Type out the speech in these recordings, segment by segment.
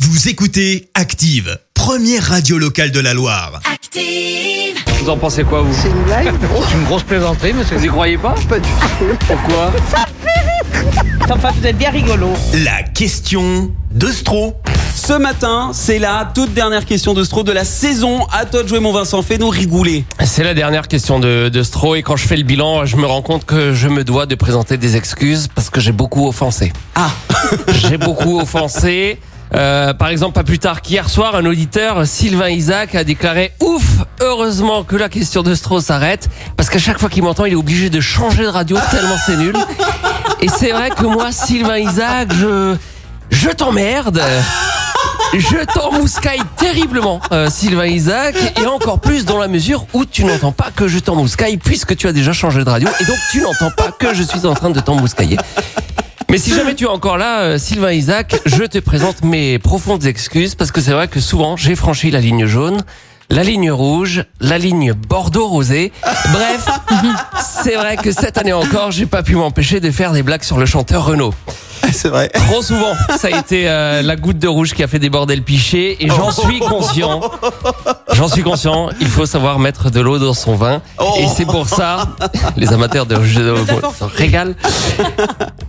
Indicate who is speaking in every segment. Speaker 1: Vous écoutez Active, première radio locale de la Loire.
Speaker 2: Active.
Speaker 3: Vous en pensez quoi, vous
Speaker 4: C'est une blague
Speaker 3: C'est une grosse plaisanterie, monsieur. Vous y croyez pas
Speaker 4: Pas du tout.
Speaker 3: Pourquoi
Speaker 4: Enfin, vous êtes bien rigolo.
Speaker 1: La question de Stro.
Speaker 5: Ce matin, c'est la toute dernière question de Stro de la saison. À toi de jouer, mon Vincent. Fais-nous rigoler.
Speaker 6: C'est la dernière question de, de Stro et quand je fais le bilan, je me rends compte que je me dois de présenter des excuses parce que j'ai beaucoup offensé.
Speaker 5: Ah,
Speaker 6: J'ai beaucoup offensé. Euh, par exemple, pas plus tard qu'hier soir, un auditeur, Sylvain Isaac, a déclaré « Ouf, heureusement que la question de Stro s'arrête parce qu'à chaque fois qu'il m'entend, il est obligé de changer de radio tellement c'est nul. » Et c'est vrai que moi, Sylvain Isaac, je, je t'emmerde. Je t'emmouscaille terriblement, euh, Sylvain Isaac, et encore plus dans la mesure où tu n'entends pas que je t'emmouscaille, puisque tu as déjà changé de radio, et donc tu n'entends pas que je suis en train de t'emmouscailler. Mais si jamais tu es encore là, euh, Sylvain Isaac, je te présente mes profondes excuses, parce que c'est vrai que souvent j'ai franchi la ligne jaune, la ligne rouge, la ligne bordeaux-rosé. Bref, c'est vrai que cette année encore, j'ai pas pu m'empêcher de faire des blagues sur le chanteur Renaud.
Speaker 5: c'est vrai.
Speaker 6: Trop souvent, ça a été euh, la goutte de rouge qui a fait déborder le pichet et j'en suis conscient. J'en suis conscient, il faut savoir mettre de l'eau dans son vin et c'est pour ça les amateurs de jeux de mots se régalent.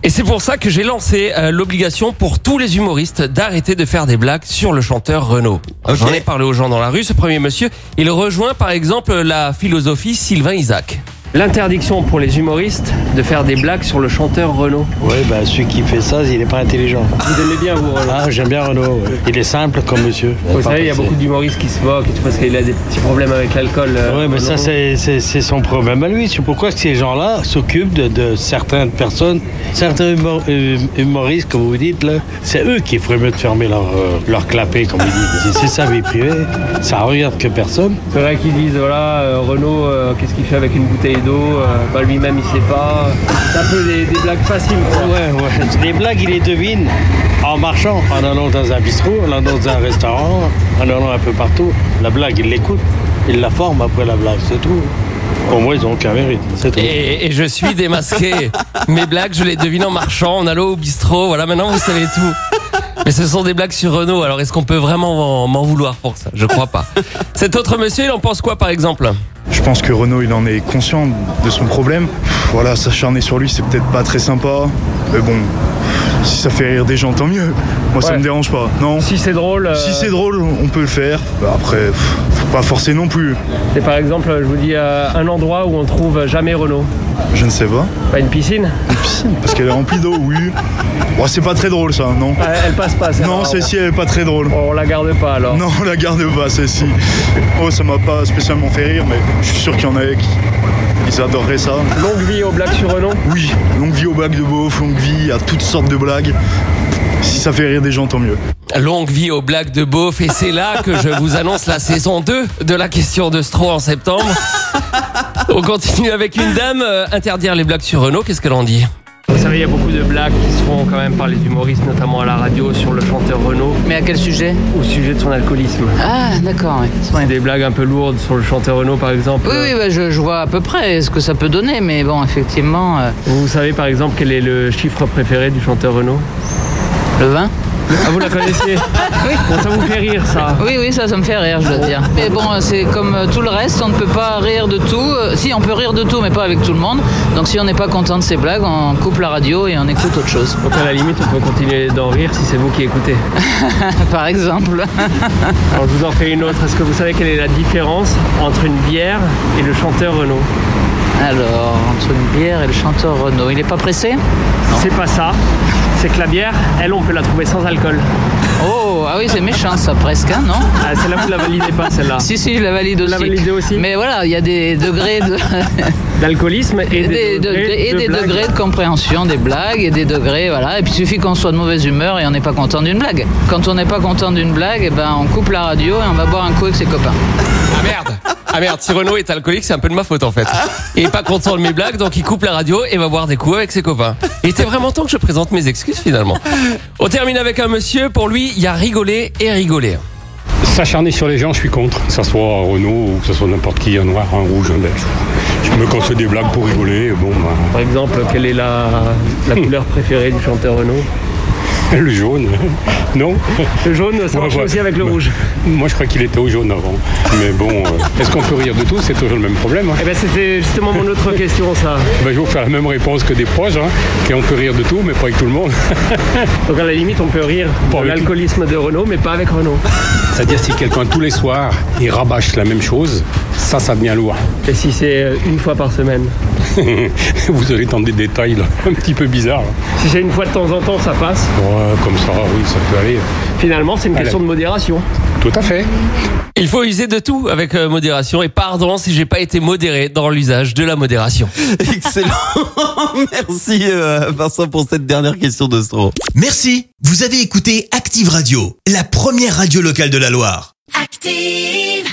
Speaker 6: Et c'est pour ça que j'ai lancé euh, l'obligation pour tous les humoristes d'arrêter de faire des blagues sur le chanteur Renaud. J'en ai parlé aux gens dans la rue, ce premier monsieur, il rejoint par exemple la philosophie Sylvain Isaac. L'interdiction pour les humoristes de faire des blagues sur le chanteur Renaud.
Speaker 7: Ouais, bah celui qui fait ça, il est pas intelligent.
Speaker 6: Vous aimez bien vous
Speaker 7: Ah, j'aime bien Renaud. ouais. Il est simple comme monsieur.
Speaker 6: Vous savez, il y a beaucoup d'humoristes qui se moquent et tout parce qu'il a des petits problèmes avec l'alcool. euh,
Speaker 7: Ouais, mais ça,
Speaker 6: non.
Speaker 7: c'est- c'est c'est son problème à lui. C'est pourquoi ces gens-là s'occupent de, de certaines personnes, certains humor- euh, humoristes, comme vous dites, là. C'est eux qui feraient mieux de fermer leur, euh, leur clapet, comme ils disent. C'est c'est sa vie privée. Ça regarde que personne.
Speaker 6: C'est vrai qu'ils disent voilà, euh, Renaud, euh, qu'est-ce qu'il fait avec une bouteille d'eau Euh, bah, Lui-même, il sait pas. C'est un peu des, des blagues faciles. quoi.
Speaker 7: Ouais, ouais. Les blagues, il les devine en marchant, en allant dans un bistrot, en allant dans un restaurant, en allant un peu partout. La blague, il l'écoute, il la forme après la blague, c'est tout. Pour moi, ils ont aucun mérite, c'est tout.
Speaker 6: Et, et je suis démasqué. Mes blagues, je les devine en marchant, en allant au bistrot. Voilà, maintenant vous savez tout. Mais ce sont des blagues sur Renault, alors est-ce qu'on peut vraiment m'en vouloir pour ça Je crois pas. Cet autre monsieur, il en pense quoi par exemple
Speaker 8: Je pense que Renault, il en est conscient de son problème. Pff, Voilà, s'acharner sur lui, c'est peut-être pas très sympa. Mais bon, pff, si ça fait rire des gens, tant mieux. Moi, ça
Speaker 6: Ouais.
Speaker 8: me dérange pas. Non.
Speaker 6: Si c'est drôle. euh,
Speaker 8: Si c'est drôle, on peut le faire. Bah, après, pff, faut pas forcer non plus.
Speaker 6: Et par exemple, je vous dis euh, un endroit où on trouve jamais Renault.
Speaker 8: Je ne sais pas.
Speaker 6: Pas une piscine
Speaker 8: Une piscine, parce qu'elle est remplie d'eau, oui. Ouais, c'est pas très drôle, ça, non
Speaker 6: Ah, Elle passe pas.
Speaker 8: Non, celle-ci, elle est pas très drôle.
Speaker 6: On la garde pas alors.
Speaker 8: Non, on la garde pas, celle-ci. Oh, ça m'a pas spécialement fait rire, mais je suis sûr qu'il y en a qui ils adoreraient ça.
Speaker 6: Longue vie aux blagues sur Renault.
Speaker 8: Oui, longue vie aux blagues de beauf, longue vie à toutes sortes de blagues. Si ça fait rire des gens, tant mieux.
Speaker 6: Longue vie aux blagues de beauf et c'est là que je vous annonce la saison 2 de la question de Stro en septembre. On continue avec une dame euh, interdire les blagues sur Renault, qu'est-ce qu'elle en dit Vous savez, il y a beaucoup de blagues qui se font quand même par les humoristes, notamment à la radio sur le chanteur Renault
Speaker 4: Mais à quel sujet
Speaker 6: au sujet de son alcoolisme.
Speaker 4: Ah, d'accord, oui. Ouais.
Speaker 6: Des blagues un peu lourdes sur le chanteur Renault par exemple.
Speaker 4: Oui, oui, bah, je, je vois à peu près ce que ça peut donner, mais bon, effectivement, euh,
Speaker 6: Vous savez par exemple quel est le chiffre préféré du chanteur Renault
Speaker 4: le vin.
Speaker 6: Ah vous la connaissiez Ça vous fait rire ça
Speaker 4: Oui, oui, ça, ça me fait rire, je dois dire. Mais bon, euh, c'est comme euh, tout le reste, on ne peut pas rire de tout. Euh, Si, on peut rire de tout, mais pas avec tout le monde. Donc, si on n'est pas content de ces blagues, on coupe la radio et on écoute autre chose.
Speaker 6: Donc à la limite on peut continuer d'en rire si c'est vous qui écoutez.
Speaker 4: Par exemple.
Speaker 6: Alors je vous en fais une autre. Est-ce que vous savez quelle est la différence entre une bière et le chanteur Renault
Speaker 4: Alors, entre une bière et le chanteur Renaud, il n'est pas pressé
Speaker 6: C'est pas ça. C'est que la bière, elle, on peut la trouver sans alcool.
Speaker 4: Oh, ah oui, c'est méchant, ça, presque, hein, non
Speaker 6: Ah, celle-là, vous la validez pas, celle-là.
Speaker 4: Si, si, je la valide aussi.
Speaker 6: la validez aussi
Speaker 4: Mais voilà, il y a des degrés de,
Speaker 6: D'alcoolisme et des,
Speaker 4: des degrés- et
Speaker 6: de
Speaker 4: des
Speaker 6: blagues.
Speaker 4: degrés de compréhension des blagues et des degrés, voilà. Et puis il suffit qu'on soit de mauvaise humeur et on n'est pas content d'une blague. Quand on n'est pas content d'une blague, eh ben, on coupe la radio et on va boire un coup avec ses copains.
Speaker 6: Ah merde Ah merde, si Renault est alcoolique, c'est un peu de ma faute en fait. Il est pas content de mes blagues, donc il coupe la radio et va boire des coups avec ses copains. Il était vraiment temps que je présente mes excuses finalement. On termine avec un monsieur, pour lui, il y a rigoler et rigoler.
Speaker 9: S'acharner sur les gens, je suis contre. Que ça soit Renault ou que ça soit n'importe qui, un noir, un rouge, un belge. Je me conseille des blagues pour rigoler. Bon, ben,
Speaker 6: Par exemple, quelle est la, couleur préférée du chanteur Renault
Speaker 9: Le jaune Non
Speaker 2: Le jaune, ça
Speaker 9: Ouais,
Speaker 2: marche
Speaker 9: ouais.
Speaker 2: aussi avec le
Speaker 9: Bah,
Speaker 2: rouge.
Speaker 9: Moi, je crois qu'il était au jaune avant. Mais bon, euh, est-ce qu'on peut rire de tout C'est toujours le même problème. hein.
Speaker 2: Eh ben, c'était justement mon autre question, ça.
Speaker 9: Bah, je vais vous faire la même réponse que des proches. Hein, qu'on peut rire de tout, mais pas avec tout le monde.
Speaker 2: Donc à la limite, on peut rire
Speaker 9: Pas
Speaker 2: de
Speaker 9: avec-
Speaker 2: l'alcoolisme de Renault, mais pas avec Renault.
Speaker 9: C'est-à-dire, si quelqu'un tous les soirs, il rabâche la même chose, ça, ça devient lourd.
Speaker 2: Et si c'est euh, une fois par semaine
Speaker 9: vous allez dans des détails, là, un petit peu bizarres. là.
Speaker 2: Si c'est une fois de temps en temps, ça passe.
Speaker 9: Ouais, comme ça, oui, ça peut aller.
Speaker 2: Finalement, c'est une
Speaker 9: Allez.
Speaker 2: question de modération.
Speaker 9: Tout à fait.
Speaker 6: Il faut user de tout avec euh, modération et pardon si j'ai pas été modéré dans l'usage de la modération.
Speaker 5: Excellent. Merci euh, Vincent pour cette dernière question de Stro.
Speaker 1: Merci. Vous avez écouté Active Radio, la première radio locale de la Loire.
Speaker 10: Active.